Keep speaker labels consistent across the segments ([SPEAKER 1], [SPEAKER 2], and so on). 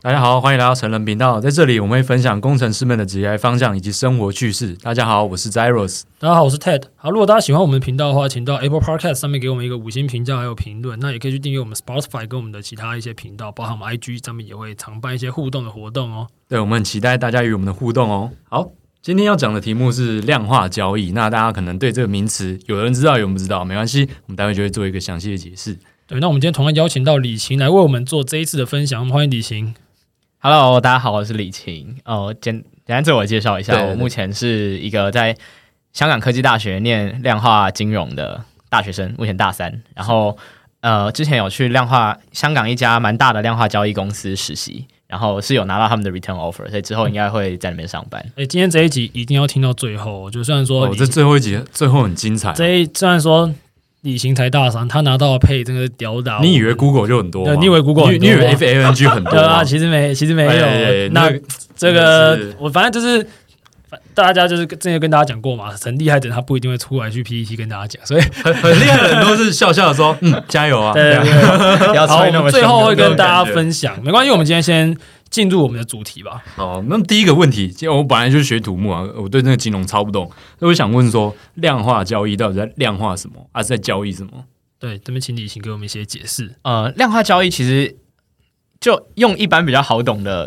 [SPEAKER 1] 大家好，欢迎来到成人频道，在这里我们会分享工程师们的职业方向以及生活趣事。大家好，我是 Zeros。
[SPEAKER 2] 大家好，我是 Ted。好，如果大家喜欢我们的频道的话，请到 Apple Podcast 上面给我们一个五星评价，还有评论。那也可以去订阅我们 Spotify 跟我们的其他一些频道，包含我们 IG 上面也会常办一些互动的活动哦。
[SPEAKER 1] 对，我们很期待大家与我们的互动哦。好，今天要讲的题目是量化交易。那大家可能对这个名词，有的人知道，有人不知道，没关系，我们待会就会做一个详细的解释。
[SPEAKER 2] 对，那我们今天同样邀请到李晴来为我们做这一次的分享，我们欢迎李晴。
[SPEAKER 3] Hello，大家好，我是李晴。哦，简简单自我介绍一下，
[SPEAKER 1] 对对对
[SPEAKER 3] 我目前是一个在香港科技大学念量化金融的大学生，目前大三。然后呃，之前有去量化香港一家蛮大的量化交易公司实习，然后是有拿到他们的 return offer，所以之后应该会在那边上班。
[SPEAKER 2] 哎，今天这一集一定要听到最后哦，就虽然说
[SPEAKER 1] 哦，
[SPEAKER 2] 李
[SPEAKER 1] 这最后一集最后很精彩哦。
[SPEAKER 2] 这一虽然说李晴才大三，他拿到的配真的是屌打我们。
[SPEAKER 1] 你以为 Google 就很多吗？
[SPEAKER 2] 对你以为 Google 很
[SPEAKER 1] 你
[SPEAKER 2] 多
[SPEAKER 1] 你以为
[SPEAKER 2] 吗
[SPEAKER 1] FANG 很多
[SPEAKER 2] 对
[SPEAKER 1] 吗？
[SPEAKER 2] 啊，其实没，其实没有。
[SPEAKER 1] 哎
[SPEAKER 2] 那
[SPEAKER 1] 那
[SPEAKER 2] 这个
[SPEAKER 1] 是
[SPEAKER 2] 我反正就是，反大家就是之前跟大家讲过嘛，很厉害的人他不一定会出来去 PPT 跟大家讲，所以
[SPEAKER 1] 很很厉害的人都是笑笑的说：“嗯，加油啊！”
[SPEAKER 2] 对
[SPEAKER 1] 这样
[SPEAKER 2] 对对
[SPEAKER 3] 不要
[SPEAKER 2] 好，
[SPEAKER 3] 吹
[SPEAKER 2] 我
[SPEAKER 3] 那么
[SPEAKER 2] 们
[SPEAKER 3] 凶
[SPEAKER 2] 最后
[SPEAKER 3] 的
[SPEAKER 2] 会
[SPEAKER 3] 歌
[SPEAKER 2] 跟大家分享，没关系，我们今天先进入我们的主题吧。
[SPEAKER 1] 哦，那么第一个问题，其实我本来就是学土木啊，我对那个金融超不懂，所以我想问说，量化交易到底在量化什么，啊、是在交易什么？
[SPEAKER 2] 对，这边请李行给我们一些解释。
[SPEAKER 3] 呃，量化交易其实就用一般比较好懂的，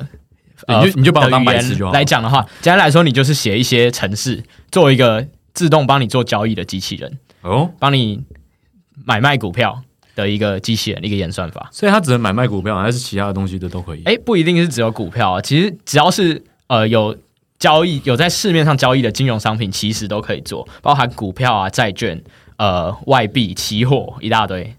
[SPEAKER 1] 对
[SPEAKER 3] 呃
[SPEAKER 1] 你就你就把我当白痴
[SPEAKER 3] 的语言
[SPEAKER 1] 就好
[SPEAKER 3] 来讲的话，简单来说，你就是写一些程式，做一个自动帮你做交易的机器人，
[SPEAKER 1] 哦，
[SPEAKER 3] 帮你买卖股票的一个机器人，一个演算法。
[SPEAKER 1] 所以它只能买卖股票，还是其他的东西的都可以？
[SPEAKER 3] 哎，不一定是只有股票啊，其实只要是呃有。交易有在市面上交易的金融商品，其实都可以做，包含股票啊、债券、呃、外币、期货一大堆。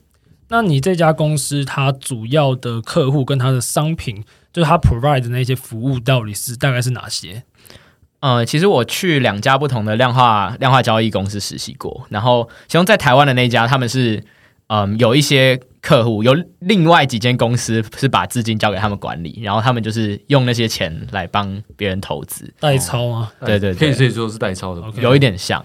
[SPEAKER 2] 那你这家公司它主要的客户跟它的商品，就是它 provide 的那些服务到底是大概是哪些？
[SPEAKER 3] 呃，其实我去两家不同的量化量化交易公司实习过，然后其中在台湾的那一家，他们是嗯有一些客户，有另外几间公司是把资金交给他们管理，然后他们就是用那些钱来帮别人投资，
[SPEAKER 2] 代操吗？
[SPEAKER 3] 对对对
[SPEAKER 1] 可以所以说是代抄的。
[SPEAKER 2] OK
[SPEAKER 3] 有一点像。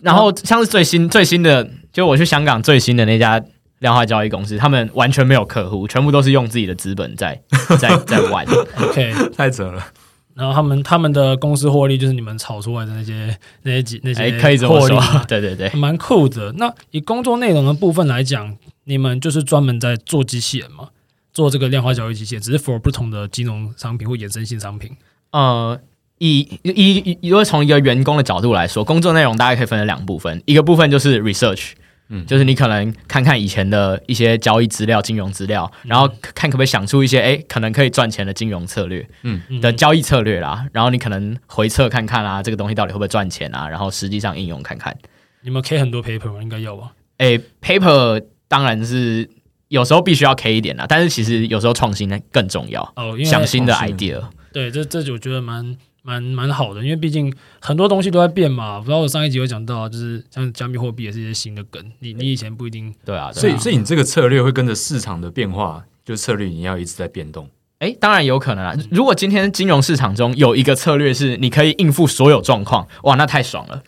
[SPEAKER 3] 然后像是最新最新的，就我去香港最新的那家量化交易公司，他们完全没有客户，全部都是用自己的资本在在在 玩。
[SPEAKER 2] OK，
[SPEAKER 1] 太扯了，
[SPEAKER 2] 然后他们他们的公司获利就是你们炒出来的那些那些几那
[SPEAKER 3] 哎
[SPEAKER 2] 些，
[SPEAKER 3] 可以这么
[SPEAKER 2] 获利
[SPEAKER 3] 说
[SPEAKER 2] 吗，
[SPEAKER 3] 对对对。
[SPEAKER 2] 蛮酷的。那以工作内容的部分来讲，你们就是专门在做机器人嘛，做这个量化交易机器人，只是 for 不同的金融商品或衍生性商品。
[SPEAKER 3] 呃，以以以如果从一个员工的角度来说，工作内容大概可以分成两部分，一个部分就是 research。
[SPEAKER 1] 嗯
[SPEAKER 3] 就是你可能看看以前的一些交易资料、金融资料，
[SPEAKER 1] 嗯
[SPEAKER 3] 然后看可不可以想出一些诶可能可以赚钱的金融策略
[SPEAKER 2] 嗯
[SPEAKER 3] 的交易策略啦。然后你可能回测看看啊，这个东西到底会不会赚钱啊？然后实际上应用看看。
[SPEAKER 2] 你们 K 很多 paper 吗？应该有啊吧？
[SPEAKER 3] 诶 p a p e r 当然是有时候必须要 K 一点啦，啊但是其实有时候创新呢更重要，
[SPEAKER 2] 哦，因为
[SPEAKER 3] 想新的
[SPEAKER 1] 创新
[SPEAKER 3] idea。
[SPEAKER 2] 对，这这我觉得蛮蛮蛮好的，因为毕竟很多东西都在变嘛。不知道我上一集有讲到啊，就是像加密货币也是一些新的梗，你你以前不一定
[SPEAKER 3] 对啊，对啊
[SPEAKER 1] 所以所以你这个策略会跟着市场的变化，就是策略你要一直在变动。
[SPEAKER 3] 哎，当然有可能啊。如果今天金融市场中有一个策略是你可以应付所有状况，哇，那太爽了，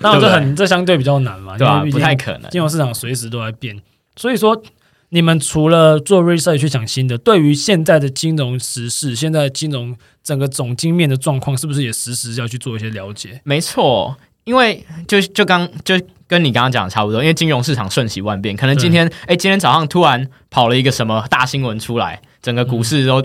[SPEAKER 2] 那我这
[SPEAKER 3] 对不对
[SPEAKER 2] 很这相对比较难嘛，
[SPEAKER 3] 对吧、啊
[SPEAKER 2] 因为毕
[SPEAKER 3] 不
[SPEAKER 2] 竟
[SPEAKER 3] 太可能。
[SPEAKER 2] 金融市场随时都在变，所以说你们除了做 research 去讲新的，对于现在的金融时事、现在的金融整个总经面的状况，是不是也实时要去做一些了解？
[SPEAKER 3] 没错，因为就就刚就跟你刚刚讲的差不多，因为金融市场瞬息万变，可能
[SPEAKER 2] 对
[SPEAKER 3] 今天哎，今天早上突然跑了一个什么大新闻出来，整个股市都。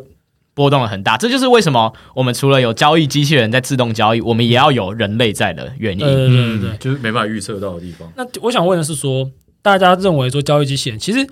[SPEAKER 3] 波动了很大，这就是为什么我们除了有交易机器人在自动交易，我们也要有人类在的原因。
[SPEAKER 2] 对对对对嗯对。
[SPEAKER 1] 就是没办法预测到的地方。
[SPEAKER 2] 那我想问的是说，大家认为说交易机器人，其实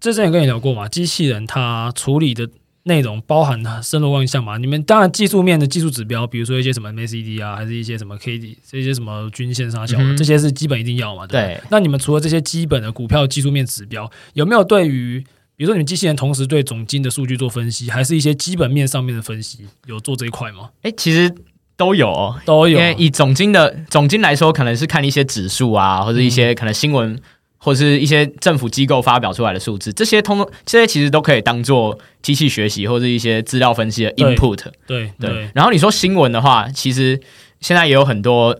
[SPEAKER 2] 这之前跟你聊过嘛，机器人它处理的内容包含深入万象嘛。你们当然技术面的技术指标，比如说一些什么 MACD 啊，还是一些什么 KD，这些什么均线杀小、啊
[SPEAKER 3] 嗯哼
[SPEAKER 2] 这些是基本一定要嘛，对吧
[SPEAKER 3] 对，
[SPEAKER 2] 那你们除了这些基本的股票技术面指标，有没有对于比如说你们机器人同时对总金的数据做分析，还是一些基本面上面的分析，有做这一块吗？
[SPEAKER 3] 哎，其实都有、哦，
[SPEAKER 2] 都有啊
[SPEAKER 3] 因为以总金的总金来说，可能是看一些指数啊，或者一些可能新闻，或是一些政府机构发表出来的数字，这些通通这些其实都可以当做机器学习或者一些资料分析的
[SPEAKER 2] 对
[SPEAKER 3] input
[SPEAKER 2] 对
[SPEAKER 3] 对，然后你说新闻的话，其实现在也有很多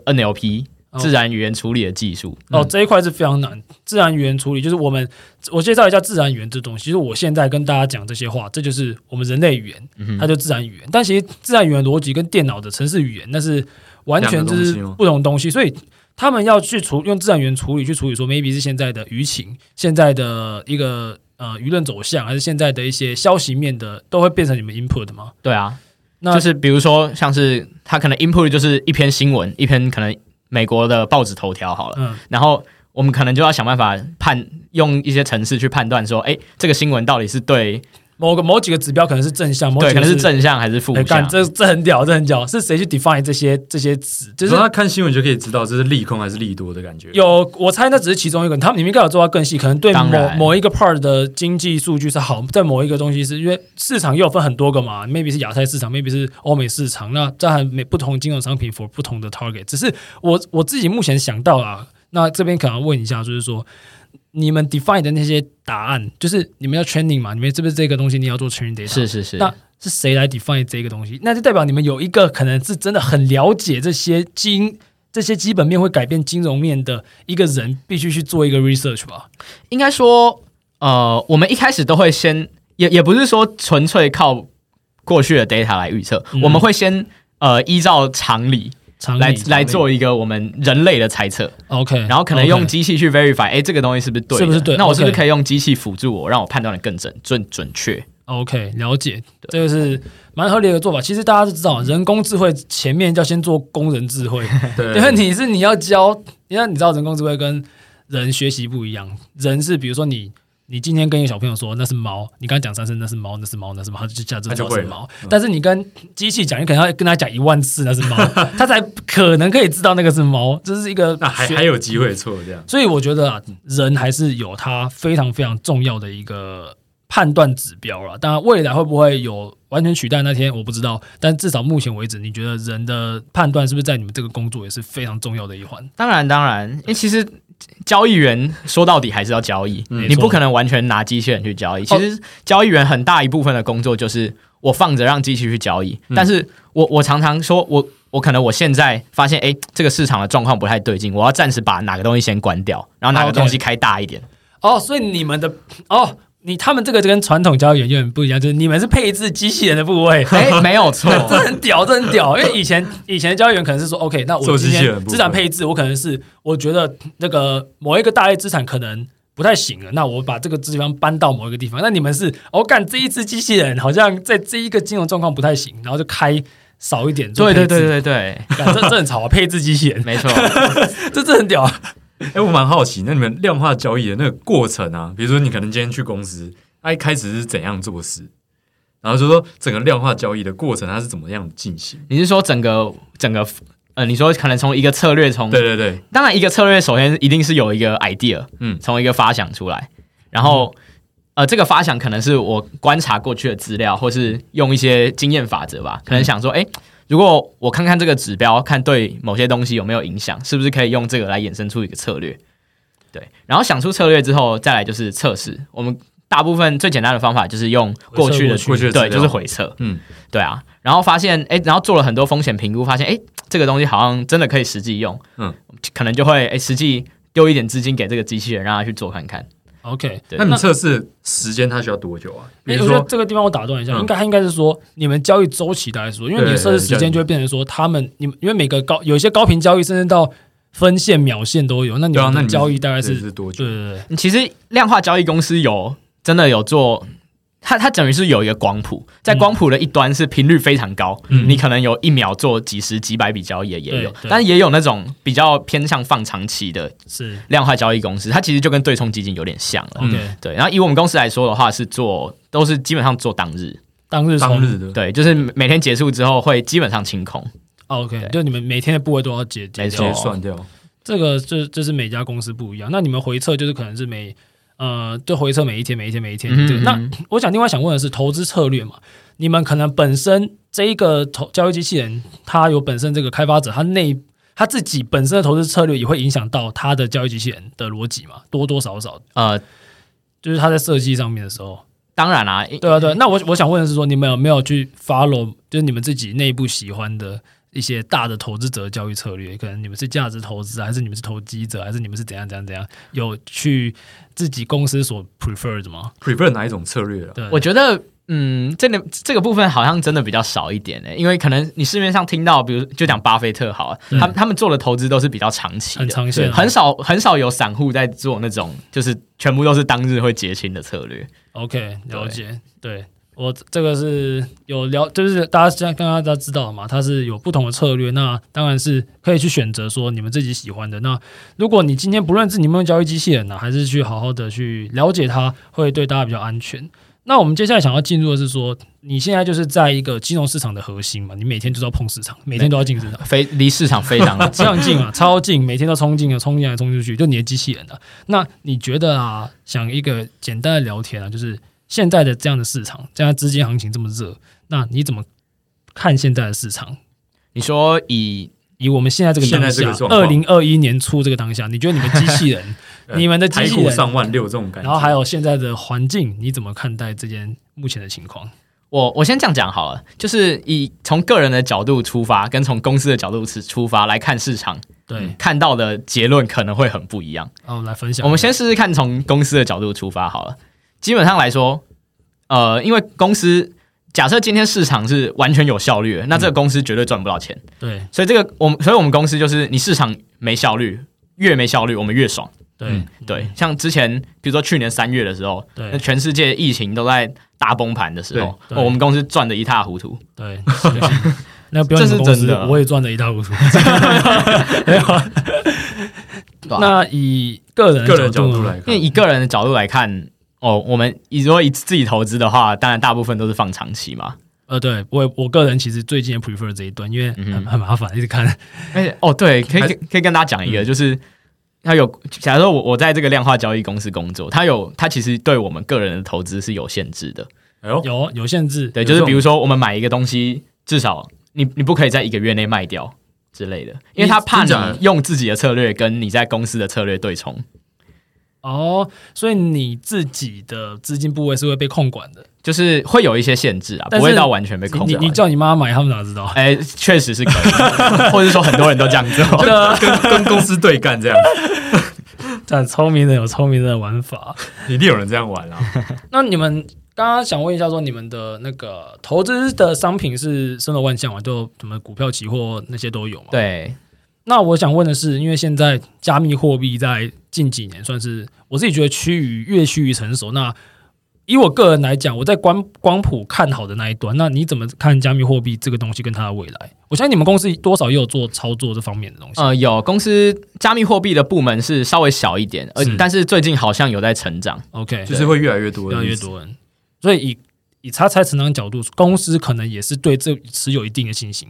[SPEAKER 2] 哦
[SPEAKER 3] NLP。自然语言处理的技术。
[SPEAKER 2] 哦，这一块是非常难。自然语言处理就是我们，我介绍一下自然语言这东西。就是我现在跟大家讲这些话，这就是我们人类语言，
[SPEAKER 3] 嗯哼
[SPEAKER 2] 它就自然语言。但其实自然语言逻辑跟电脑的程式语言那是完全就是
[SPEAKER 1] 两个东西吗
[SPEAKER 2] 不同
[SPEAKER 3] 哦
[SPEAKER 2] 东西，哦所以他们要去处用自然语言处理去处理说，maybe 是现在的舆情，现在的一个呃舆论走向，还是现在的一些消息面的，都会变成你们 input 吗？
[SPEAKER 3] 对啊，
[SPEAKER 2] 那
[SPEAKER 3] 就是比如说像是它可能 input 就是一篇新闻，一篇可能美国的报纸头条好了，
[SPEAKER 2] 嗯，
[SPEAKER 3] 然后我们可能就要想办法判用一些程式去判断说，哎，这个新闻到底是对
[SPEAKER 2] 某个某几个指标可能是正向，某
[SPEAKER 3] 对，
[SPEAKER 2] 几
[SPEAKER 3] 可
[SPEAKER 2] 个
[SPEAKER 3] 能是正向还是负
[SPEAKER 2] 哎干
[SPEAKER 3] 向？
[SPEAKER 2] 这这很屌，这很屌，是谁去 define 这些这些词？
[SPEAKER 1] 就
[SPEAKER 2] 就
[SPEAKER 1] 是是他看新闻就可以知道这是利空还是利多的感觉。
[SPEAKER 2] 有，我猜那只是其中一个。他们你们应该有做到更细，可能对
[SPEAKER 3] 当
[SPEAKER 2] 某
[SPEAKER 3] 然
[SPEAKER 2] 某一个 part 的经济数据是好，在某一个东西是因为市场也有分很多个嘛，maybe 是亚太市场，maybe 是欧美市场，那在每不同金融商品 for 不同的 target。只是我我自己目前想到啦，那这边可能要问一下，就是说你们 define 的那些答案，就是你们要 training 嘛，你们是不是这个东西你要做 training data？
[SPEAKER 3] 是是是，
[SPEAKER 2] 那是谁来 define 这个东西？那就代表你们有一个可能是真的很了解这些金这些基本面会改变金融面的一个人，必须去做一个 research 吧。
[SPEAKER 3] 应该说，呃，我们一开始都会先，也也不是说纯粹靠过去的 data 来预测，
[SPEAKER 2] 嗯
[SPEAKER 3] 我们会先呃依照常理
[SPEAKER 2] 常理
[SPEAKER 3] 来
[SPEAKER 2] 常理
[SPEAKER 3] 来做一个我们人类的猜测，
[SPEAKER 2] OK，
[SPEAKER 3] 然后可能用
[SPEAKER 2] OK
[SPEAKER 3] 机器去 verify，哎，这个东西是不是对的？
[SPEAKER 2] 是不是对
[SPEAKER 3] 那我是不是
[SPEAKER 2] OK
[SPEAKER 3] 可以用机器辅助我，让我判断的更准准准确？
[SPEAKER 2] OK 了解，这个是蛮合理的做法。其实大家都知道，人工智慧前面要先做工人智慧，
[SPEAKER 1] 对
[SPEAKER 2] 因为你是你要教，因为你知道人工智慧跟人学习不一样，人是比如说你。你今天跟一个小朋友说那是猫，你跟他讲三声那是猫，那是猫，那是猫，他就下知
[SPEAKER 1] 他就
[SPEAKER 2] 道是
[SPEAKER 1] 会了
[SPEAKER 2] 猫。但是你跟机器讲，你可能要跟他讲一万次那嗯是猫，他才可 能可以知道那个是猫。这是一个
[SPEAKER 1] 那还
[SPEAKER 2] 学
[SPEAKER 1] 还有机会错这样。
[SPEAKER 2] 所以我觉得啊，人还是有他非常非常重要的一个判断指标了。当然，未来会不会有完全取代那天，我不知道。但至少目前为止，你觉得人的判断是不是在你们这个工作也是非常重要的一环？
[SPEAKER 3] 当然，当然，因为其实交易员说到底还是要交易，
[SPEAKER 1] 嗯
[SPEAKER 3] 你
[SPEAKER 2] 没错
[SPEAKER 3] 不可能完全拿机器人去交易。其实交易员很大一部分的工作就是我放着让机器去交易，但是我我常常说我。我可能我现在发现，哎、这个市场的状况不太对劲，我要暂时把哪个东西先关掉，然后哪个
[SPEAKER 2] OK
[SPEAKER 3] 东西开大一点。
[SPEAKER 2] 哦，所以你们的哦，你他们这个就跟传统交易员有点不一样，就是你们是配置机器人的部位。
[SPEAKER 3] 哎、 没有错，
[SPEAKER 2] 这很屌，这很屌，因为以前以前的交易员可能是说，OK，那
[SPEAKER 1] 做
[SPEAKER 2] 我
[SPEAKER 1] 机
[SPEAKER 2] 今
[SPEAKER 1] 器人
[SPEAKER 2] 天
[SPEAKER 1] 部
[SPEAKER 2] 资产
[SPEAKER 1] 分
[SPEAKER 2] 配置，我可能是我觉得那个某一个大类资产可能不太行了，那我把这个地方搬到某一个地方。那你们是，我、哦、干这一只机器人好像在这一个金融状况不太行，然后就开少一点做
[SPEAKER 3] 对
[SPEAKER 2] 配
[SPEAKER 3] 对
[SPEAKER 2] 置，
[SPEAKER 3] 对对对，
[SPEAKER 2] 干这这很潮啊，配置机 器人，
[SPEAKER 3] 没错。
[SPEAKER 2] 这这很屌啊。
[SPEAKER 1] 哎，我蛮好奇，那你们量化交易的那个过程啊，比如说你可能今天去公司，他一开始是怎样做事，然后就说整个量化交易的过程它是怎么样进行？
[SPEAKER 3] 你是说整个整个呃，你说可能从一个策略从
[SPEAKER 1] 对对对，
[SPEAKER 3] 当然，一个策略首先一定是有一个 idea，
[SPEAKER 1] 嗯
[SPEAKER 3] 嗯，从一个发想出来，然后、呃，这个发想可能是我观察过去的资料，或是用一些经验法则吧，
[SPEAKER 1] 嗯
[SPEAKER 3] 可能想说，哎、如果我看看这个指标，看对某些东西有没有影响，是不是可以用这个来衍生出一个策略？对，然后想出策略之后，再来就是测试。我们大部分最简单的方法就是用过去的
[SPEAKER 1] 回测过去的资料
[SPEAKER 3] 对，就是回测，
[SPEAKER 1] 嗯，
[SPEAKER 3] 对啊，然后发现，哎，然后做了很多风险评估，发现，哎，这个东西好像真的可以实际用，
[SPEAKER 1] 嗯
[SPEAKER 3] 嗯，可能就会，哎，实际丢一点资金给这个机器人，让他去做看看。
[SPEAKER 2] OK，
[SPEAKER 3] 对
[SPEAKER 1] 那你测试时间它需要多久啊？比
[SPEAKER 2] 哎、
[SPEAKER 1] 如
[SPEAKER 2] 我觉得
[SPEAKER 1] 说，
[SPEAKER 2] 这个地方我打断一下，
[SPEAKER 1] 嗯
[SPEAKER 2] 应该应该是说你们交易周期来说，因为你的
[SPEAKER 1] 对
[SPEAKER 2] 设置时
[SPEAKER 1] 交易
[SPEAKER 2] 间就会变成说他们你们因为每个高有一些高频交易甚至到分线秒线都有，那你
[SPEAKER 1] 对啊，
[SPEAKER 2] 们
[SPEAKER 1] 那
[SPEAKER 2] 的
[SPEAKER 1] 你
[SPEAKER 2] 交易大概
[SPEAKER 1] 这
[SPEAKER 2] 是
[SPEAKER 1] 是多久
[SPEAKER 2] 对？对对，
[SPEAKER 3] 其实量化交易公司有真的有做，它它等于是有一个光谱，
[SPEAKER 2] 嗯
[SPEAKER 3] 在光谱的一端是频率非常高，
[SPEAKER 1] 嗯
[SPEAKER 3] 你可能有一秒做几十几百笔交易的也有
[SPEAKER 2] 对，对
[SPEAKER 3] 但是也有那种比较偏向放长期的
[SPEAKER 2] 是
[SPEAKER 3] 量化交易公司，它其实就跟对冲基金有点像了。
[SPEAKER 1] 嗯
[SPEAKER 2] OK、
[SPEAKER 3] 对，然后以我们公司来说的话，是做都是基本上做当日，
[SPEAKER 2] 当日
[SPEAKER 1] 当
[SPEAKER 2] 冲
[SPEAKER 1] 日的，
[SPEAKER 3] 对，就是每天结束之后会基本上清空，
[SPEAKER 2] 哦 OK，
[SPEAKER 3] 对
[SPEAKER 2] 就你们每天的部位都要结结
[SPEAKER 3] 没
[SPEAKER 1] 直
[SPEAKER 2] 掉
[SPEAKER 1] 接
[SPEAKER 3] 错，
[SPEAKER 1] 算掉。
[SPEAKER 2] 哦这个就就是每家公司不一样。那你们回测就是可能是每呃，就回测每一天、每一天、每一天。
[SPEAKER 3] 嗯
[SPEAKER 2] 对，那
[SPEAKER 3] 嗯
[SPEAKER 2] 我想另外想问的是投资策略嘛？你们可能本身这一个投交易机器人，它有本身这个开发者，他内他自己本身的投资策略也会影响到他的交易机器人的逻辑嘛？多多少少，
[SPEAKER 3] 呃，
[SPEAKER 2] 就是他在设计上面的时候。
[SPEAKER 3] 当然啦、因
[SPEAKER 2] 啊对啊，对啊。那我我想问的是说，你们有没有去 follow，就是你们自己内部喜欢的一些大的投资者的交易策略，可能你们是价值投资，还是你们是投机者，还是你们是怎样怎样怎样，有去自己公司所 prefer 的吗？
[SPEAKER 1] prefer 哪一种策略啊了？
[SPEAKER 2] 对，
[SPEAKER 3] 我觉得，嗯，这个这个部分好像真的比较少一点呢、欸因为可能你市面上听到，比如就讲巴菲特好了，
[SPEAKER 2] 嗯
[SPEAKER 3] 他们他们做的投资都是比较长期的，
[SPEAKER 2] 很长线啊
[SPEAKER 3] 对很少很少有散户在做那种就是全部都是当日会结清的策略。
[SPEAKER 2] OK，了解。对我这个是有了，就是大家现在刚刚大家知道了嘛，它是有不同的策略，那当然是可以去选择说你们自己喜欢的。那如果你今天不论是你们用交易机器人啊呢、还是去好好的去了解它，会对大家比较安全。那我们接下来想要进入的是说，你现在就是在一个金融市场的核心嘛，你每天就是要碰市场，每天都要进市场。
[SPEAKER 3] 非离市场非常的
[SPEAKER 2] 非常近啊， 超近，每天都冲进啊，冲进来冲出去，就你的机器人啊。那你觉得啊，想一个简单的聊天啊，就是现在的这样的市场，现在资金行情这么热，那你怎么看现在的市场？
[SPEAKER 3] 你说以
[SPEAKER 2] 以我们现在这个
[SPEAKER 1] 现
[SPEAKER 2] 当
[SPEAKER 1] 在这
[SPEAKER 2] 下
[SPEAKER 1] 个，状况
[SPEAKER 2] 二零二一年初这个当下，你觉得你们机 器人
[SPEAKER 1] 呃，
[SPEAKER 2] 你们的机
[SPEAKER 1] 台
[SPEAKER 2] 器
[SPEAKER 1] 股
[SPEAKER 2] 人，
[SPEAKER 1] 上万六这种感觉，
[SPEAKER 2] 然后还有现在的环境，你怎么看待这件目前的情况？
[SPEAKER 3] 我我先这样讲好了，就是以从个人的角度出发，跟从公司的角度出出发来看市场，
[SPEAKER 1] 嗯
[SPEAKER 2] 对，
[SPEAKER 3] 看到的结论可能会很不一样。
[SPEAKER 2] 然后来分享。
[SPEAKER 3] 我们先试试看从公司的角度出发好了。基本上来说，呃，因为公司假设今天市场是完全有效率的，那这个公司绝对赚不到钱。
[SPEAKER 2] 对
[SPEAKER 3] 所以这个我们，所以我们公司就是你市场没效率，越没效率我们越爽。
[SPEAKER 2] 对
[SPEAKER 1] 嗯
[SPEAKER 3] 对，像之前比如说去年三月的时候，那
[SPEAKER 2] 对
[SPEAKER 3] 全世界疫情都在大崩盘的时候，
[SPEAKER 2] 对对
[SPEAKER 3] 哦我们公司赚的一塌糊涂。
[SPEAKER 2] 对，是 那不要你们
[SPEAKER 3] 这是
[SPEAKER 2] 公
[SPEAKER 3] 真
[SPEAKER 2] 司
[SPEAKER 3] 的啊，
[SPEAKER 2] 我也赚的一塌糊 涂。没有啊
[SPEAKER 3] 对啊
[SPEAKER 2] 那以个人
[SPEAKER 1] 个人角
[SPEAKER 2] 角
[SPEAKER 1] 度
[SPEAKER 2] 呢
[SPEAKER 1] 来
[SPEAKER 3] 因
[SPEAKER 1] 看
[SPEAKER 3] 为，以个人的角度来看，哦，我们以如果以自己投资的话，当然大部分都是放长期嘛。
[SPEAKER 2] 呃，对我我个人其实最近也 prefer 这一段，因为
[SPEAKER 3] 嗯哼
[SPEAKER 2] 很很麻烦，一直看。
[SPEAKER 3] 而且哦，对，可以
[SPEAKER 1] 还
[SPEAKER 3] 可以可以跟大家讲一个，就是他有，假如说我我在这个量化交易公司工作，他有他其实对我们个人的投资是有限制的，
[SPEAKER 1] 哎呦，
[SPEAKER 2] 有有限制，
[SPEAKER 3] 对，
[SPEAKER 1] 有
[SPEAKER 3] 就是
[SPEAKER 1] 这种
[SPEAKER 3] 比如说我们买一个东西，至少你你不可以在一个月内卖掉之类的，因为他怕
[SPEAKER 1] 真假的
[SPEAKER 3] 你用自己的策略跟你在公司的策略对冲，
[SPEAKER 2] 哦，所以你自己的资金部位是会被控管的。
[SPEAKER 3] 就是会有一些限制啊，
[SPEAKER 2] 但
[SPEAKER 3] 不
[SPEAKER 2] 是
[SPEAKER 3] 会到完全被控
[SPEAKER 2] 你
[SPEAKER 3] 制啊
[SPEAKER 2] 你。叫你妈买，他们哪知道？
[SPEAKER 3] 哎，确实是可以的，或者说很多人都这样做。
[SPEAKER 1] 跟跟公司对干这 样，
[SPEAKER 2] 但聪明人有聪明人的玩法。
[SPEAKER 1] 一定有人这样玩啊。
[SPEAKER 2] 那你们刚刚想问一下，说你们的那个投资的商品是生罗万象嘛？就什么股票、期货那些都有嘛？
[SPEAKER 3] 对，
[SPEAKER 2] 那我想问的是，因为现在加密货币在近几年算是我自己觉得趋于越趋于成熟。那以我个人来讲，我在光光谱看好的那一端，那你怎么看加密货币这个东西跟它的未来？我相信你们公司多少也有做操作这方面的东西。
[SPEAKER 3] 呃，有公司加密货币的部门是稍微小一点，而
[SPEAKER 2] 是
[SPEAKER 3] 但是最近好像有在成长。
[SPEAKER 2] OK，
[SPEAKER 1] 就是会越来越多，
[SPEAKER 2] 越来越。多人，所以以以叉叉成长角度，公司可能也是对这持有一定的信心。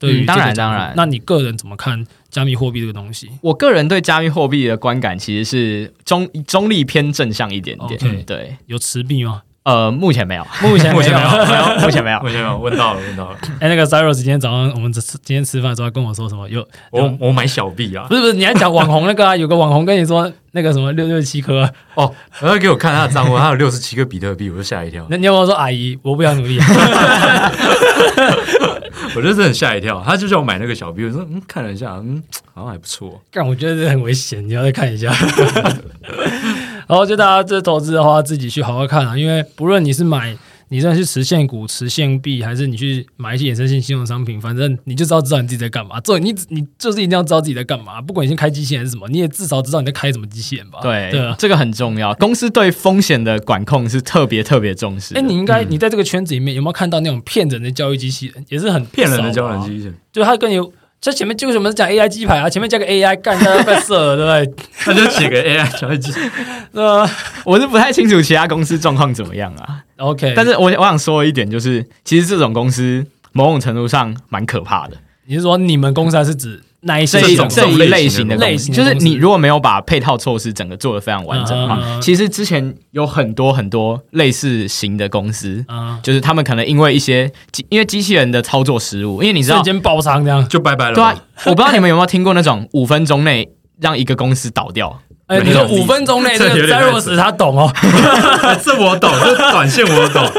[SPEAKER 2] 对于、
[SPEAKER 3] 嗯当然当然
[SPEAKER 2] 那你个人怎么看加密货币这个东西？
[SPEAKER 3] 我个人对加密货币的观感其实是中中立偏正向一点点。
[SPEAKER 2] 哦 OK
[SPEAKER 3] 对，
[SPEAKER 2] 有持币吗？
[SPEAKER 3] 呃，目前没有，
[SPEAKER 2] 目前
[SPEAKER 1] 目前没
[SPEAKER 2] 没有
[SPEAKER 1] 有，
[SPEAKER 3] 没有，目前没有。
[SPEAKER 1] 我先问到了，问到了。
[SPEAKER 2] 哎、那个 Cyrus 今天早上我们只吃今天吃饭的时候他跟我说什么？ 有
[SPEAKER 1] 我我买小币啊
[SPEAKER 2] 不，是不是，你还讲网红那个啊？ 有个网红跟你说那个什么六六七颗啊，
[SPEAKER 1] 哦，然后给我看他的账户，他有六十七个比特币，我就吓一 跳，
[SPEAKER 2] 那你有没有说阿姨我不想努力、啊？
[SPEAKER 1] 我就是很吓一跳。他就叫我买那个小币，我说嗯，看了一下，嗯，好像还不错。
[SPEAKER 2] 干，我觉得这很危险，你要再看一下。 然后就大家这投资的话，自己去好好看啊，因为不论你是买，你真的是持现股、持现币，还是你去买一些衍生性金融商品，反正你就知道知道你自己在干嘛。这你你就是一定要知道自己在干嘛，不管你是开机器人还是什么，你也至少知道你在开什么机器人吧？
[SPEAKER 3] 对，
[SPEAKER 2] 对啊。
[SPEAKER 3] 这个很重要。公司对风险的管控是特别特别重视的。
[SPEAKER 2] 哎，你应该你在这个圈子里面有没有看到那种骗人的交易机器人？也是很
[SPEAKER 1] 骗人的
[SPEAKER 2] 少
[SPEAKER 1] 交
[SPEAKER 2] 吧
[SPEAKER 1] 人，机器人，
[SPEAKER 2] 就他跟你这前面就什么讲 AI 鸡排啊，前面加个 AI 干，大家被射了，对不对？
[SPEAKER 1] 他就写个 AI 交易机器人，
[SPEAKER 2] 那
[SPEAKER 3] 我是不太清楚其他公司状况怎么样啊。
[SPEAKER 2] OK，
[SPEAKER 3] 但是我我想说一点，就是其实这种公司某种程度上蛮可怕的。
[SPEAKER 2] 你是说你们公司还是指哪一些
[SPEAKER 3] 这一
[SPEAKER 1] 种
[SPEAKER 3] 这一
[SPEAKER 1] 这种
[SPEAKER 3] 类
[SPEAKER 1] 类
[SPEAKER 3] 型
[SPEAKER 1] 型
[SPEAKER 3] 的
[SPEAKER 1] 的
[SPEAKER 3] 公
[SPEAKER 2] 类
[SPEAKER 3] 司，
[SPEAKER 2] 型的
[SPEAKER 3] 就是
[SPEAKER 2] 公司
[SPEAKER 3] 你如果没有把配套措施整个做得非常完整的话，
[SPEAKER 2] 嗯
[SPEAKER 3] 其实之前有很多很多类似型的公司，
[SPEAKER 2] 啊？
[SPEAKER 3] 就是他们可能因为一些机因为机器人的操作失误，因为你知道
[SPEAKER 2] 瞬，间爆仓这样，
[SPEAKER 1] 就拜拜了
[SPEAKER 3] 对啊
[SPEAKER 1] 吧。，
[SPEAKER 3] 我不知道你们有没有听过那种五分钟内让一个公司倒掉，
[SPEAKER 2] 哎，你
[SPEAKER 1] 没
[SPEAKER 2] 说
[SPEAKER 1] 有
[SPEAKER 2] 五分钟内这
[SPEAKER 1] 这
[SPEAKER 2] 个
[SPEAKER 1] 有点太
[SPEAKER 2] Zeros
[SPEAKER 1] 扯
[SPEAKER 2] 他懂哦，
[SPEAKER 1] 这我懂，这短线我 懂，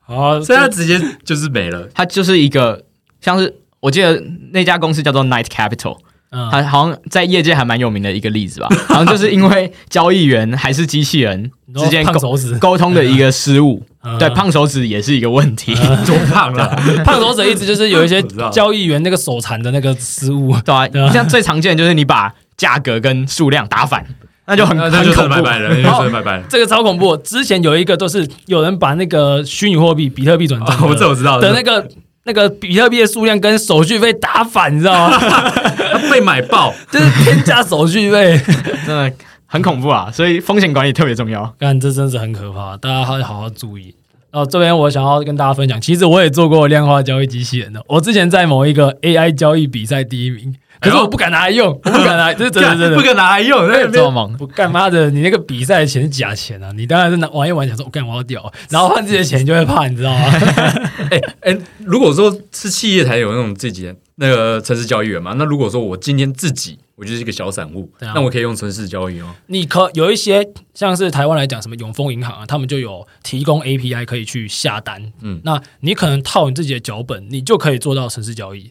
[SPEAKER 2] 好，
[SPEAKER 1] 所以他直接就是没了。
[SPEAKER 3] 它就是一个像是我记得那家公司叫做 Night Capital，
[SPEAKER 2] 嗯，
[SPEAKER 3] 它好像在业界还蛮有名的一个例子吧。好像就是因为交易员还是机器人
[SPEAKER 2] 你说
[SPEAKER 3] 之间
[SPEAKER 2] 胖
[SPEAKER 3] 沟
[SPEAKER 2] 手指，
[SPEAKER 3] 沟通的一个失误，
[SPEAKER 2] 嗯
[SPEAKER 3] 对，胖手指也是一个问题。
[SPEAKER 1] 多胖了，
[SPEAKER 2] 胖手指一直就是有一些
[SPEAKER 1] 我知道
[SPEAKER 2] 交易员那个手残的那个失误，
[SPEAKER 3] 对啊
[SPEAKER 2] 对啊，
[SPEAKER 3] 像最常见的就是你把价格跟数量打 反，那就很
[SPEAKER 1] 那
[SPEAKER 3] 很
[SPEAKER 1] 那就
[SPEAKER 3] 恐
[SPEAKER 1] 真的
[SPEAKER 3] 怖
[SPEAKER 1] 拜。拜了，那就真的拜拜了。
[SPEAKER 2] 这个超恐怖。之前有一个都是有人把那个虚拟货币比特币转账
[SPEAKER 1] 啊
[SPEAKER 2] 的，
[SPEAKER 1] 我这我知道，
[SPEAKER 2] 的那个那个比特币的数量跟手续费打反，你知道 吗？
[SPEAKER 1] 他被买爆，
[SPEAKER 2] 就是天价手续 费，
[SPEAKER 3] 真的很恐怖啊！所以风险管理特别重要。
[SPEAKER 2] 看这真是很可怕，大家要好好注意。哦，这边我想要跟大家分享，其实我也做过量化交易机器人的，我之前在某一个 AI 交易比赛第一名，可是
[SPEAKER 1] 哎呦
[SPEAKER 2] 我不敢拿来用，我不敢拿来，这是 真的真的
[SPEAKER 1] 不。可拿来用，那
[SPEAKER 3] 做
[SPEAKER 1] 边
[SPEAKER 3] 梦，
[SPEAKER 2] 不干妈的，你那个比赛的钱是假钱啊！你当然是拿玩一玩，想说我干我要屌，然后换自己的钱就会怕，你知道吗？
[SPEAKER 1] 哎哎，如果说是企业才有那种自己的那个城市交易员嘛，那如果说我今天自己我就是一个小散户，
[SPEAKER 2] 对啊
[SPEAKER 1] 那我可以用城市交易哦吗？
[SPEAKER 2] 你可有一些像是台湾来讲，什么永丰银行啊，他们就有提供 API 可以去下单。
[SPEAKER 1] 嗯
[SPEAKER 2] 嗯，那你可能套你自己的脚本，你就可以做到城市交易，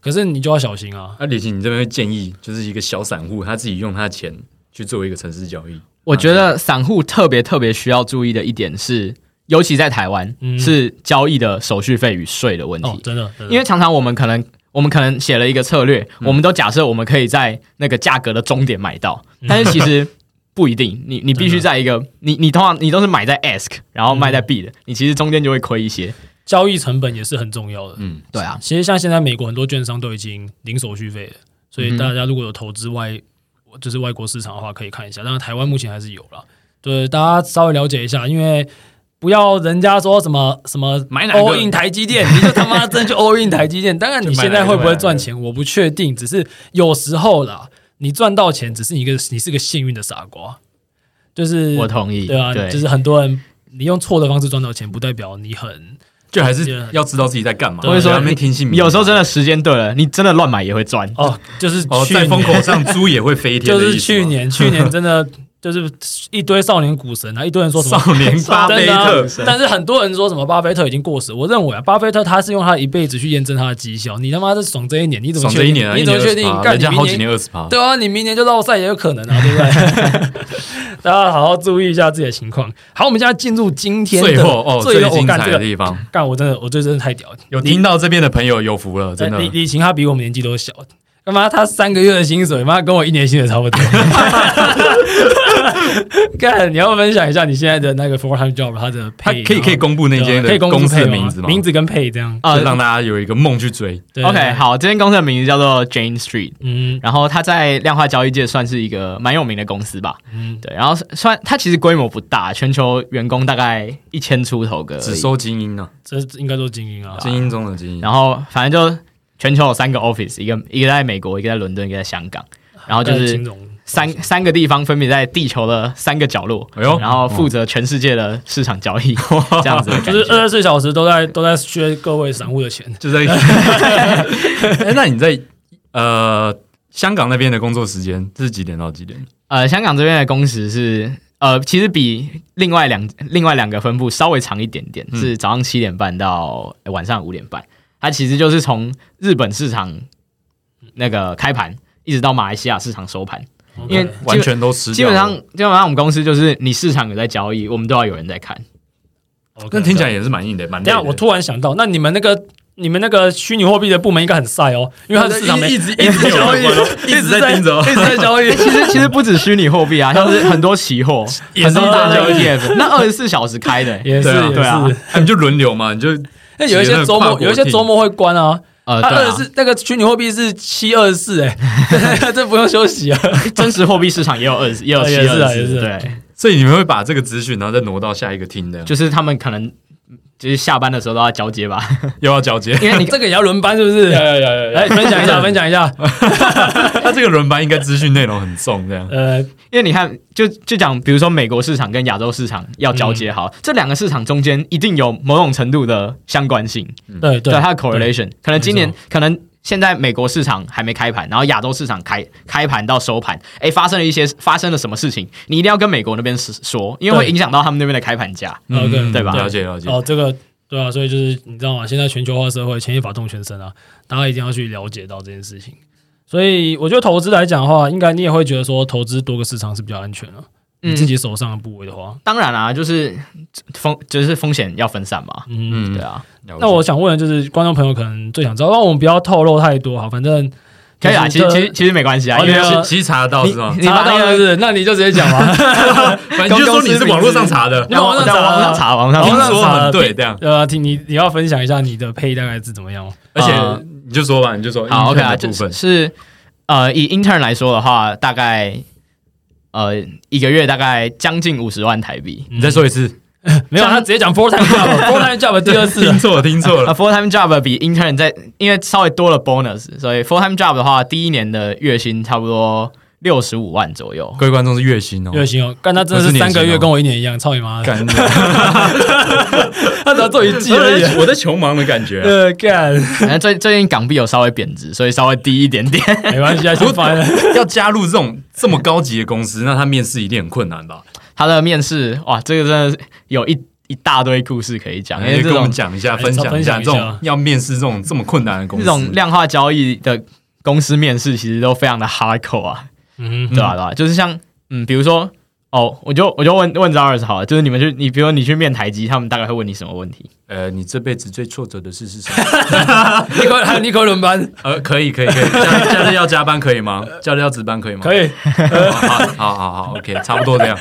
[SPEAKER 2] 可是你就要小心啊。
[SPEAKER 1] 那李晴，你这边会建议就是一个小散户他自己用他的钱去做一个城市交易，
[SPEAKER 3] 我觉得散户特别特别需要注意的一点是，尤其在台湾，
[SPEAKER 2] 嗯
[SPEAKER 3] 是交易的手续费与税的问题。
[SPEAKER 2] 哦，真的，真的
[SPEAKER 3] 因为常常我们可能我们可能写了一个策略，
[SPEAKER 1] 嗯
[SPEAKER 3] 我们都假设我们可以在那个价格的终点买到，
[SPEAKER 1] 嗯
[SPEAKER 3] 但是 其实不一定。你你必须在一个你你通常你都是买在 ask，然后
[SPEAKER 1] 嗯
[SPEAKER 3] 卖在 b 的，你其实中间就会亏一些。
[SPEAKER 2] 交易成本也是很重要的。
[SPEAKER 1] 嗯，
[SPEAKER 3] 对啊，
[SPEAKER 2] 其实像现在美国很多券商都已经零手续费了，所以大家如果有投资外，就是外国市场的话，可以看一下。当然，台湾目前还是有啦，对大家稍微了解一下，因为不要人家说什么什么
[SPEAKER 1] 买哪个
[SPEAKER 2] all in 台积电，你就他妈真去 all in 台积电。当然，你现在会不会赚钱，我不确定，只是有时候啦，你赚到钱，只是一个你是个幸运的傻瓜，就是
[SPEAKER 3] 我同意。
[SPEAKER 2] 对啊，就是很多人你用错的方式赚到钱，不代表你很
[SPEAKER 1] 就还
[SPEAKER 2] 啊
[SPEAKER 1] 是要知道自己在干嘛，
[SPEAKER 2] 对或者
[SPEAKER 1] 不
[SPEAKER 3] 说
[SPEAKER 1] 要在那边听信民意，
[SPEAKER 3] 有时候真的时间对了，你真的乱买也会赚。
[SPEAKER 2] 哦，就是
[SPEAKER 1] 哦，
[SPEAKER 2] 去
[SPEAKER 1] 在
[SPEAKER 2] 年
[SPEAKER 1] 风 口上猪也会飞天
[SPEAKER 2] 就
[SPEAKER 1] 的意思吗，
[SPEAKER 2] 是 去年，去年真的就是一堆少年股神啊，一堆人说什么
[SPEAKER 1] 少 年 巴菲
[SPEAKER 2] 真的啊
[SPEAKER 1] 特，
[SPEAKER 2] 但是很多人说什么巴菲特已经过时，我认为啊，巴菲特他是用他一辈子去验证他的绩效，你他妈是爽这一年，你怎么
[SPEAKER 1] 爽
[SPEAKER 2] 确
[SPEAKER 1] 这
[SPEAKER 2] 定？
[SPEAKER 1] 一年啊，
[SPEAKER 2] 你怎么确定
[SPEAKER 1] 一年20%？
[SPEAKER 2] 干
[SPEAKER 1] 人家
[SPEAKER 2] 你
[SPEAKER 1] 好
[SPEAKER 2] 明
[SPEAKER 1] 几
[SPEAKER 2] 年
[SPEAKER 1] 年二十趴，
[SPEAKER 2] 对啊，你明年就落赛也有可能啊，对不对？ 大家好好注意一下自己的情况。好，我们现在进入今天的
[SPEAKER 1] 最后哦，
[SPEAKER 2] 最
[SPEAKER 1] 最
[SPEAKER 2] 后我
[SPEAKER 1] 精
[SPEAKER 2] 干
[SPEAKER 1] 彩
[SPEAKER 2] 这
[SPEAKER 1] 的
[SPEAKER 2] 个
[SPEAKER 1] 地方，
[SPEAKER 2] 干，我真的我这真的太屌了，
[SPEAKER 1] 有听到这边的朋友有福了，真的
[SPEAKER 2] 呃李李晴她比我们年纪都小，干嘛？她三个月的薪水，妈跟我一年薪水差不多。 干，你要分享一下你现在的那个 full time job 它的
[SPEAKER 1] 他
[SPEAKER 2] 配，
[SPEAKER 1] 可以可以公布那间
[SPEAKER 2] 对可
[SPEAKER 1] 的
[SPEAKER 2] 以公
[SPEAKER 1] 公司
[SPEAKER 2] 配
[SPEAKER 1] 的
[SPEAKER 2] 吗
[SPEAKER 1] 名字吗？
[SPEAKER 2] 名字呃跟配这样。
[SPEAKER 3] 啊
[SPEAKER 1] 就让大家有一个梦去追。
[SPEAKER 2] 对
[SPEAKER 3] OK，，好，这间公司的名字叫做 Jane Street，
[SPEAKER 2] 嗯
[SPEAKER 3] 然后它在量化交易界算是一个蛮有名的公司吧。
[SPEAKER 2] 嗯，
[SPEAKER 3] 对，然后算它其实规模不大，全球员工大概一千出头个而已，
[SPEAKER 1] 只收精英啊，
[SPEAKER 2] 这应该都精英啊。
[SPEAKER 1] 精英中的精英。
[SPEAKER 3] 然后反正就全球有三个 office，一个一个在美国，一个在伦敦，一个在香港，然后就
[SPEAKER 2] 还有
[SPEAKER 3] 是
[SPEAKER 2] 金融
[SPEAKER 3] 三三个地方分别在地球的三个角落，
[SPEAKER 1] 哎呦
[SPEAKER 3] 然后负责全世界的市场交 易，这样子的感觉
[SPEAKER 2] 就是二十四小时都在都在削各位散户的钱。
[SPEAKER 1] 就 在，哎，那你在呃香港那边的工作时间是几点到几点？
[SPEAKER 3] 呃，香港这边的工时是呃，其实比另外两另外两个分部稍微长一点点，
[SPEAKER 1] 嗯
[SPEAKER 3] 是早上七点半到呃晚上五点半。它其实就是从日本市场那个开盘，一直到马来西亚市场收盘。因为
[SPEAKER 2] OK
[SPEAKER 3] 基本
[SPEAKER 1] 完全都失
[SPEAKER 3] 基
[SPEAKER 1] 掉
[SPEAKER 3] 本
[SPEAKER 1] 了。
[SPEAKER 3] 上，基本上我们公司就是你市场有在交易，我们都要有人在看。
[SPEAKER 2] OK
[SPEAKER 1] 那听起来也是蛮硬的，蛮累
[SPEAKER 2] 等一
[SPEAKER 1] 的。
[SPEAKER 2] 下，我突然想到，那你们那个你们那个虚拟货币的部门应该很晒哦，因为它的市场没
[SPEAKER 1] 一直 一直交易，一直在盯着哦
[SPEAKER 2] 一。直在交易。
[SPEAKER 3] 其实其实不止虚拟货币 啊，像是很多期 货、
[SPEAKER 2] 也
[SPEAKER 3] 很
[SPEAKER 2] 是
[SPEAKER 3] 多大
[SPEAKER 2] 在
[SPEAKER 3] 的
[SPEAKER 2] 交易
[SPEAKER 3] ETF，那二十四小时开的、 欸
[SPEAKER 2] 也是
[SPEAKER 1] 对啊
[SPEAKER 2] 也
[SPEAKER 3] 对啊
[SPEAKER 2] 是，
[SPEAKER 1] 哎你就轮流嘛，你就
[SPEAKER 2] 那有一些周末有一些周末会关啊，
[SPEAKER 3] 呃，
[SPEAKER 2] 它
[SPEAKER 3] 对
[SPEAKER 2] 二
[SPEAKER 3] 啊
[SPEAKER 2] 十，四那个虚拟货币是七二四哎， 这不用休息啊。
[SPEAKER 3] 真实货币市场也有二 哦十，也有
[SPEAKER 2] 呃
[SPEAKER 3] 七
[SPEAKER 2] 也是啊
[SPEAKER 3] 二
[SPEAKER 2] 也是
[SPEAKER 3] 十，
[SPEAKER 2] 啊
[SPEAKER 3] 对。
[SPEAKER 1] 所以你们会把这个资讯，然后再挪到下一个厅的，
[SPEAKER 3] 就是他们可能就是下班的时候都要交接吧，
[SPEAKER 1] 又要交接。
[SPEAKER 3] 因为你
[SPEAKER 2] 这个也要轮班是不是？来分享一下，分享一下。
[SPEAKER 1] 他这个轮班应该资讯内容很重，这样。
[SPEAKER 2] 呃，
[SPEAKER 3] 因为你看，就就讲，比如说美国市场跟亚洲市场要交接好，这两个市场中间一定有某种程度的相关性，
[SPEAKER 2] 对对，
[SPEAKER 3] 它的 correlation，可能今
[SPEAKER 2] 没
[SPEAKER 3] 年可能。现在美国市场还没开盘，然后亚洲市场开开盘到收盘，哎，发生了一些发生了什么事情，你一定要跟美国那边说，因为会
[SPEAKER 2] 对
[SPEAKER 3] 影响到他们那边的开盘价。
[SPEAKER 2] OK
[SPEAKER 1] 嗯
[SPEAKER 3] 对吧
[SPEAKER 1] 了解了解。
[SPEAKER 2] 哦，这个对啊，所以就是你知道吗？现在全球化社会，牵一发动全身啊，大家一定要去了解到这件事情。所以我觉得投资来讲的话，应该你也会觉得说，投资多个市场是比较安全的、
[SPEAKER 3] 嗯
[SPEAKER 2] 你自己手上的部位的话，
[SPEAKER 3] 当然啦、啊就是风就是风险要分散嘛。
[SPEAKER 1] 嗯
[SPEAKER 2] 嗯
[SPEAKER 3] 对啊，
[SPEAKER 1] 了解
[SPEAKER 2] 那我想问的就是，观众朋友可能最想知道，那我们不要透露太多，好，反正
[SPEAKER 3] 可以啊，其实其实其实没关系啊，
[SPEAKER 2] 哦
[SPEAKER 3] 因为
[SPEAKER 2] 你要
[SPEAKER 1] 哎其其实查得到是吗？
[SPEAKER 3] 你
[SPEAKER 2] 查
[SPEAKER 3] 把
[SPEAKER 2] 到
[SPEAKER 3] 那个
[SPEAKER 2] 是不是？那你就直接讲吧。
[SPEAKER 1] 反正就说你是网络上查的，
[SPEAKER 2] 你网络上
[SPEAKER 3] 在
[SPEAKER 2] 查
[SPEAKER 3] 网上查，网
[SPEAKER 1] 听
[SPEAKER 3] 上
[SPEAKER 2] 网上
[SPEAKER 3] 查
[SPEAKER 1] 说很对这样，
[SPEAKER 2] 对 啊，听你你要分享一下你的配大概是怎么样吗？
[SPEAKER 1] 而且
[SPEAKER 3] 呃
[SPEAKER 1] 你就说吧，你就说
[SPEAKER 3] 好 OK
[SPEAKER 1] intern
[SPEAKER 3] 啊，
[SPEAKER 1] 的
[SPEAKER 3] 就
[SPEAKER 1] 部分
[SPEAKER 3] 是是呃，以 intern 来说的话，大概呃一个月大概将近五十万台币。
[SPEAKER 1] 你再说一次，
[SPEAKER 2] 没有，啊他直接讲 full time job，full time job 第二次
[SPEAKER 1] 听错了，听错
[SPEAKER 3] 啊
[SPEAKER 1] 了，
[SPEAKER 3] ，full time job 比 intern 在因为稍微多了 bonus，所以 full time job 的话，第一年的月薪差不多六十五万左 右。
[SPEAKER 1] 各位观众是月薪哦，
[SPEAKER 2] 月薪哦，干他真
[SPEAKER 1] 我
[SPEAKER 2] 的
[SPEAKER 1] 是
[SPEAKER 2] 是
[SPEAKER 1] 年
[SPEAKER 2] 三个
[SPEAKER 1] 薪
[SPEAKER 2] 月
[SPEAKER 1] 哦
[SPEAKER 2] 跟我一年一样，操你妈的！
[SPEAKER 1] 干，
[SPEAKER 2] 他只要做一季 而已。
[SPEAKER 1] 啊我在穷忙的感觉啊。
[SPEAKER 2] 呃， 干，
[SPEAKER 3] 反正最最近港币有稍微贬值，所以稍微低一点点。
[SPEAKER 2] 没关系啊，
[SPEAKER 1] 不
[SPEAKER 2] 先 翻了。
[SPEAKER 1] 要加入这种这么高级的公司，那他面试一定很困难吧？
[SPEAKER 3] 他的面试，哇，这个真的是有一一大堆故事可以讲，因
[SPEAKER 1] 你可
[SPEAKER 3] 为
[SPEAKER 1] 以
[SPEAKER 3] 这
[SPEAKER 1] 跟我
[SPEAKER 3] 种
[SPEAKER 1] 们讲一下，
[SPEAKER 2] 哎
[SPEAKER 1] 分享
[SPEAKER 2] 分享
[SPEAKER 1] 这
[SPEAKER 2] 一下
[SPEAKER 1] 种要面试这种这么困难的公
[SPEAKER 3] 这
[SPEAKER 1] 司，
[SPEAKER 3] 种量化交易的公司面试其实都非常的 hardcore 啊，
[SPEAKER 2] 嗯，
[SPEAKER 3] 对吧、对吧、就是像嗯，比如说哦，我就我就问问 z a r s 好了，就是你们去你比如说你去面台积，他们大概会问你什么问题？
[SPEAKER 1] 呃，你这辈子最挫折的事是什么？
[SPEAKER 2] 尼克还有尼克轮班
[SPEAKER 1] 呃，可以，可以，可以。假假日要加班可以吗？假日要值班可以吗？
[SPEAKER 2] 可
[SPEAKER 1] 以。
[SPEAKER 2] 以，
[SPEAKER 1] 好好好好，OK，差不多这样。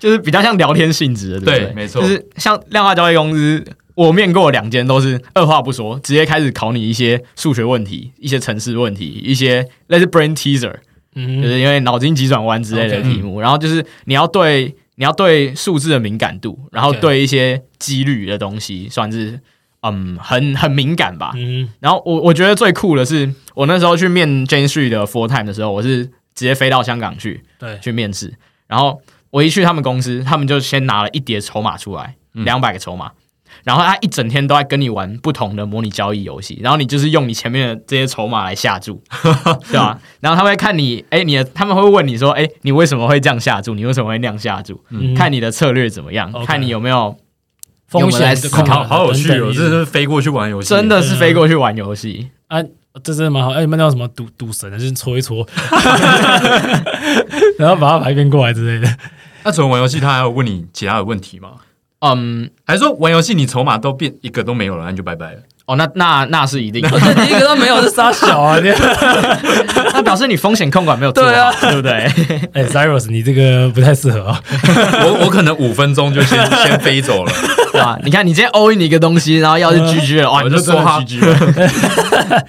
[SPEAKER 3] 就是比较像聊天性质的，对不
[SPEAKER 1] 对没错
[SPEAKER 3] 就是像量化交易公司。我面过两间都是二话不说，直接开始考你一些数学问题、一些程式问题、一些类似 brain teaser，就
[SPEAKER 2] 嗯，
[SPEAKER 3] 是因为脑筋急转弯之类的
[SPEAKER 2] OK
[SPEAKER 3] 题目。然后就是你要对你要对数字的敏感度，然后
[SPEAKER 2] OK
[SPEAKER 3] 对一些几率的东西，算是嗯很很敏感吧。
[SPEAKER 2] 嗯，
[SPEAKER 3] 然后我我觉得最酷的是，我那时候去面 Jane Street 的 Full Time 的时候，我是直接飞到香港去
[SPEAKER 2] 对，
[SPEAKER 3] 去面试，然后我一去他们公司，他们就先拿了一叠筹码出来，
[SPEAKER 2] 嗯
[SPEAKER 3] 两百个筹码。然后他一整天都在跟你玩不同的模拟交易游戏，然后你就是用你前面的这些筹码来 下注，对吧、然后他会看你，哎，你的他们会问你说，哎，你为什么会这样下注？你为什么会那样下注？
[SPEAKER 2] 嗯
[SPEAKER 3] 看你的策略怎么样
[SPEAKER 2] OK
[SPEAKER 3] 看你有没有
[SPEAKER 2] 风
[SPEAKER 3] 我们来
[SPEAKER 2] 险
[SPEAKER 3] 思
[SPEAKER 2] 控
[SPEAKER 3] 考
[SPEAKER 1] 好
[SPEAKER 2] 管
[SPEAKER 1] 好有趣
[SPEAKER 2] 等
[SPEAKER 1] 哦，
[SPEAKER 2] 等
[SPEAKER 1] 真的是飞过去玩游戏，
[SPEAKER 3] 真的是飞过去玩游戏。
[SPEAKER 2] 啊，这真的蛮好。哎，你们那叫什么赌赌神啊，就是搓一 搓，然后把它排变过来之类的。
[SPEAKER 1] 那除了玩游戏，他还有问你其他的问题吗？
[SPEAKER 3] 嗯，
[SPEAKER 1] 还是说玩游戏你筹码都变一个都没有了，那你就拜拜了？
[SPEAKER 3] 哦，那那那是一定的，
[SPEAKER 2] 这哦一个都没有，是傻小啊！你
[SPEAKER 3] 那表示你风险控管没有做好，
[SPEAKER 2] 对啊
[SPEAKER 3] 对不 对？
[SPEAKER 2] 哎，Cyrus，你这个不太适合啊。
[SPEAKER 1] 我我可能五分钟就 先先飞走了，
[SPEAKER 3] 对吧？你看你今天 all in 一个东西，然后要是
[SPEAKER 2] 啊
[SPEAKER 3] GG 了，哇，
[SPEAKER 1] 我
[SPEAKER 3] 你
[SPEAKER 1] 哦就
[SPEAKER 3] 说
[SPEAKER 1] 说
[SPEAKER 3] 哈
[SPEAKER 1] 哈，，对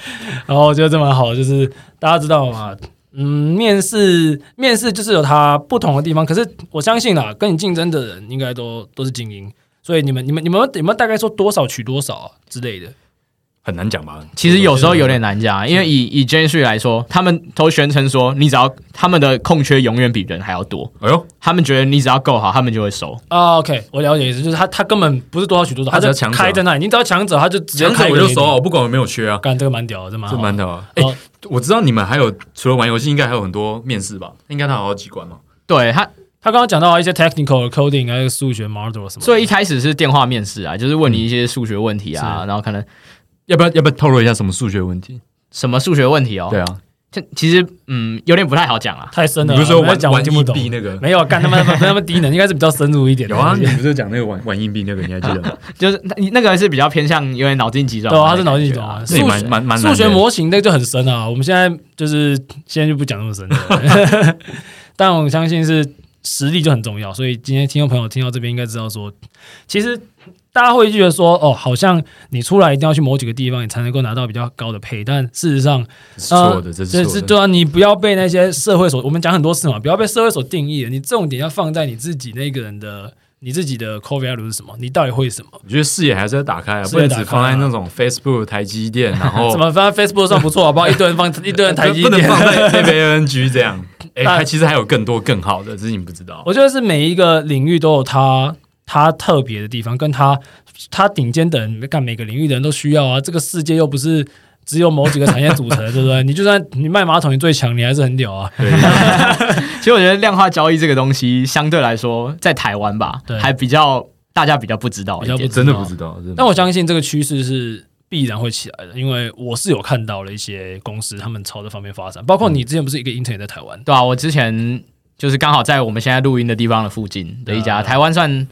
[SPEAKER 2] 然后就这么好，就是大家知道嘛，嗯，面试面试就是有它不同的地方，可是我相信啦，跟你竞争的人应该都都是精英，所以你们你们你们有没有大概说多少取多少、啊、之类的？
[SPEAKER 1] 很难讲吧？
[SPEAKER 3] 其实有时候有点难讲，啊因为以以 Jane s 来说，他们都宣称说，你只要他们的空缺永远比人还要多，
[SPEAKER 1] 哎呦，
[SPEAKER 3] 他们觉得你只要够好，他们就会收。
[SPEAKER 2] 啊、o k 我了解意思，就是他他根本不是多少取多少，
[SPEAKER 1] 他只要
[SPEAKER 2] 就
[SPEAKER 1] 抢走
[SPEAKER 2] 开在那里，你只要抢走，他就直接
[SPEAKER 1] 两
[SPEAKER 2] 开
[SPEAKER 1] 手
[SPEAKER 2] 给
[SPEAKER 1] 我
[SPEAKER 2] 你
[SPEAKER 1] 就收，，我不管有没有缺啊，
[SPEAKER 2] 干这个蛮屌的，这蛮
[SPEAKER 1] 这
[SPEAKER 2] 好
[SPEAKER 1] 蛮的啊。
[SPEAKER 2] 好
[SPEAKER 1] 哎，我知道你们还有除了玩游戏，应该还有很多面试吧？应该还有好几关嘛？
[SPEAKER 3] 对他，
[SPEAKER 2] 他刚刚讲到一些 technical coding 还有数学 model 什么的，
[SPEAKER 3] 所以一开始是电话面试啊，就是问你一些数学问题啊，
[SPEAKER 2] 是
[SPEAKER 3] 然后可能
[SPEAKER 1] 要不要要不要透露一下什么数学问题？
[SPEAKER 3] 什么数学问题哦。
[SPEAKER 1] 对，啊，
[SPEAKER 3] 这其实嗯有点不太好讲啊。
[SPEAKER 2] 太深了
[SPEAKER 1] 你
[SPEAKER 2] 啊，
[SPEAKER 1] 不是说
[SPEAKER 2] 我在
[SPEAKER 1] 玩
[SPEAKER 2] 讲我
[SPEAKER 1] 玩
[SPEAKER 2] 听不
[SPEAKER 1] 硬
[SPEAKER 2] 懂。
[SPEAKER 1] 币那 个？
[SPEAKER 2] 没有啊干他妈不那么低能，应该是比较深入一点的
[SPEAKER 1] 有
[SPEAKER 2] 东
[SPEAKER 1] 啊，
[SPEAKER 2] 西。
[SPEAKER 1] 你不是讲那个玩玩硬币那个，你还记得吗？
[SPEAKER 3] 就是那那个是比较偏向因为脑筋急转
[SPEAKER 2] 对
[SPEAKER 3] 弯
[SPEAKER 2] 啊，他
[SPEAKER 3] 的
[SPEAKER 2] 是脑筋急
[SPEAKER 3] 感觉
[SPEAKER 2] 转
[SPEAKER 3] 啊
[SPEAKER 2] 弯，
[SPEAKER 1] 那也
[SPEAKER 2] 数
[SPEAKER 1] 蛮
[SPEAKER 2] 学
[SPEAKER 1] 蛮蛮难的
[SPEAKER 2] 数学模型那个就很深啊。我们现在就是现在就不讲那么深了， 但我相信是实力就很重要。所以今天听众朋友听到这边应该知道说，其实大家会觉得说，哦，好像你出来一定要去某几个地方，你才能够拿到比较高的配，但事实上
[SPEAKER 1] 这是错的，
[SPEAKER 2] 呃
[SPEAKER 1] 这是
[SPEAKER 2] 这
[SPEAKER 1] 错
[SPEAKER 2] 是
[SPEAKER 1] 的。
[SPEAKER 2] 对啊，你不要被那些社会所，我们讲很多次嘛，不要被社会所定义了。你重点要放在你自己那个人的，你自己的 core value 是什么，你到底会什么。
[SPEAKER 1] 我觉得视野还是要打开啊，
[SPEAKER 2] 视
[SPEAKER 1] 不
[SPEAKER 2] 野
[SPEAKER 1] 能
[SPEAKER 2] 打开啊
[SPEAKER 1] 只放在那种 Facebook、台积 电，然后
[SPEAKER 2] 怎么放在 Facebook 上不错，好不好？一堆人放，一堆人台积
[SPEAKER 1] 不能
[SPEAKER 2] 电。
[SPEAKER 1] 放在 A B N G 这 样。哎，
[SPEAKER 2] 但
[SPEAKER 1] 还其实还有更多更好的，只是你不知 道。
[SPEAKER 2] 我觉得是每一个领域都有它它特别的地方，跟它它顶尖的人，干每个领域的人都需要啊。这个世界又不是只有某几个产业组成的， 对不对？你就算你卖马桶你最强，你还是很屌啊。
[SPEAKER 1] 对，
[SPEAKER 3] 其实我觉得量化交易这个东西相对来说，在台湾吧
[SPEAKER 2] 对，
[SPEAKER 3] 还比较大家比较不知道一点，啊
[SPEAKER 2] 比较不
[SPEAKER 1] 真的不知道。
[SPEAKER 2] 但我
[SPEAKER 1] 信
[SPEAKER 2] 相信这个趋势是必然会起来的，因为我是有看到了一些公司他们朝这方面发展，包括你之前不是一个 intern 也在台湾，
[SPEAKER 3] 对啊，我之前就是刚好在我们现在录音的地方的附近的一
[SPEAKER 2] 对
[SPEAKER 3] 家、
[SPEAKER 2] 啊对啊
[SPEAKER 3] 台湾算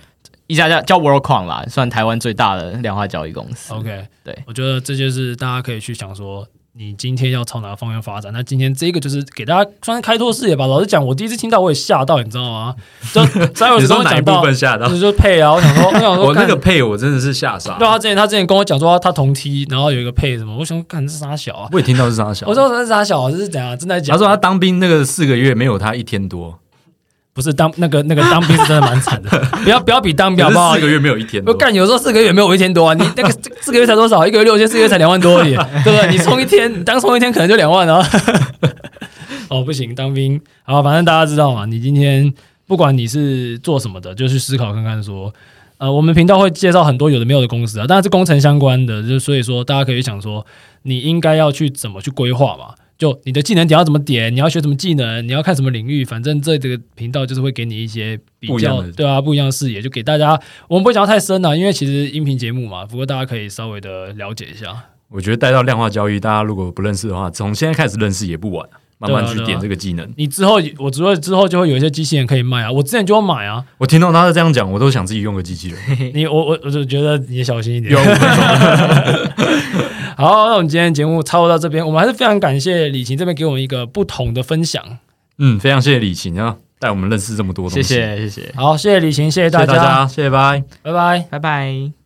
[SPEAKER 3] 一家叫叫 WorldCon 啦，算台湾最大的量化交易公司。
[SPEAKER 2] OK，
[SPEAKER 3] 对，
[SPEAKER 2] 我觉得这就是大家可以去想说，你今天要朝哪个方向发展。那今天这个就是给大家算是开拓视野吧。老实讲，我第一次听到我也吓到，你知 道吗？就在我
[SPEAKER 1] 你说哪一
[SPEAKER 2] 讲
[SPEAKER 1] 部
[SPEAKER 2] 到，
[SPEAKER 1] 分吓到
[SPEAKER 2] 就？是说配啊，我想说，我想 说，
[SPEAKER 1] 我那个
[SPEAKER 2] 干。
[SPEAKER 1] 配我真的是吓傻
[SPEAKER 2] 对，啊他之前他之前跟我讲说他同梯，然后有一个配什么，我想说干这傻小啊！
[SPEAKER 1] 我也听到是他小。
[SPEAKER 2] 我说这傻小啊，这是怎样？真的假
[SPEAKER 1] 他
[SPEAKER 2] 的？
[SPEAKER 1] 说他当兵那个四个月没有他一天多，
[SPEAKER 2] 不是当那个那个当兵是真的蛮惨 的，不要不要比当兵好
[SPEAKER 1] 可
[SPEAKER 2] 不
[SPEAKER 1] 是
[SPEAKER 2] 好
[SPEAKER 1] 四？个月没有一天
[SPEAKER 2] 我
[SPEAKER 1] 多。
[SPEAKER 2] 呃干，有时候四个月也没有我一天多啊！你那个这四个月才多少？一个月六千，四个月才两万多而已，对不对？你充一天，你当充一天可能就两万啊！哦，不行，当兵好，反正大家知道嘛。你今天不管你是做什么的，就去思考看看说，呃，我们频道会介绍很多有的没有的公司啊，当然是工程相关的，就所以说大家可以想说，你应该要去怎么去规划嘛。就你的技能点要怎么点，你要学什么技能，你要看什么领域，反正这这个频道就是会给你一些比
[SPEAKER 1] 不一样
[SPEAKER 2] 较
[SPEAKER 1] 的
[SPEAKER 2] 对啊不一样的视野，就给大家我们不会讲得太深了、啊因为其实音频节目嘛，不过大家可以稍微的了解一下。
[SPEAKER 1] 我觉得带到量化交易，大家如果不认识的话，从现在开始认识也不晚，慢慢
[SPEAKER 2] 对啊
[SPEAKER 1] 去
[SPEAKER 2] 对啊
[SPEAKER 1] 点这个技能。
[SPEAKER 2] 你之后我之后之后就会有一些机器人可以卖啊，我之前就要买 啊。
[SPEAKER 1] 我听到他这样讲，我都想自己用个机器人。
[SPEAKER 2] 你我我我就觉得你小心一 点
[SPEAKER 1] 有。
[SPEAKER 2] 好，那我们今天节目差不多到这边，我们还是非常感谢李晴这边给我们一个不同的分享。
[SPEAKER 1] 嗯，非常谢谢李晴啊，带我们认识这么多东
[SPEAKER 3] 谢
[SPEAKER 1] 西。
[SPEAKER 3] 谢谢谢，
[SPEAKER 2] 好，谢谢李晴，谢谢
[SPEAKER 1] 谢谢大
[SPEAKER 2] 大家
[SPEAKER 1] 家，谢谢拜。
[SPEAKER 2] 拜拜。
[SPEAKER 3] 拜拜。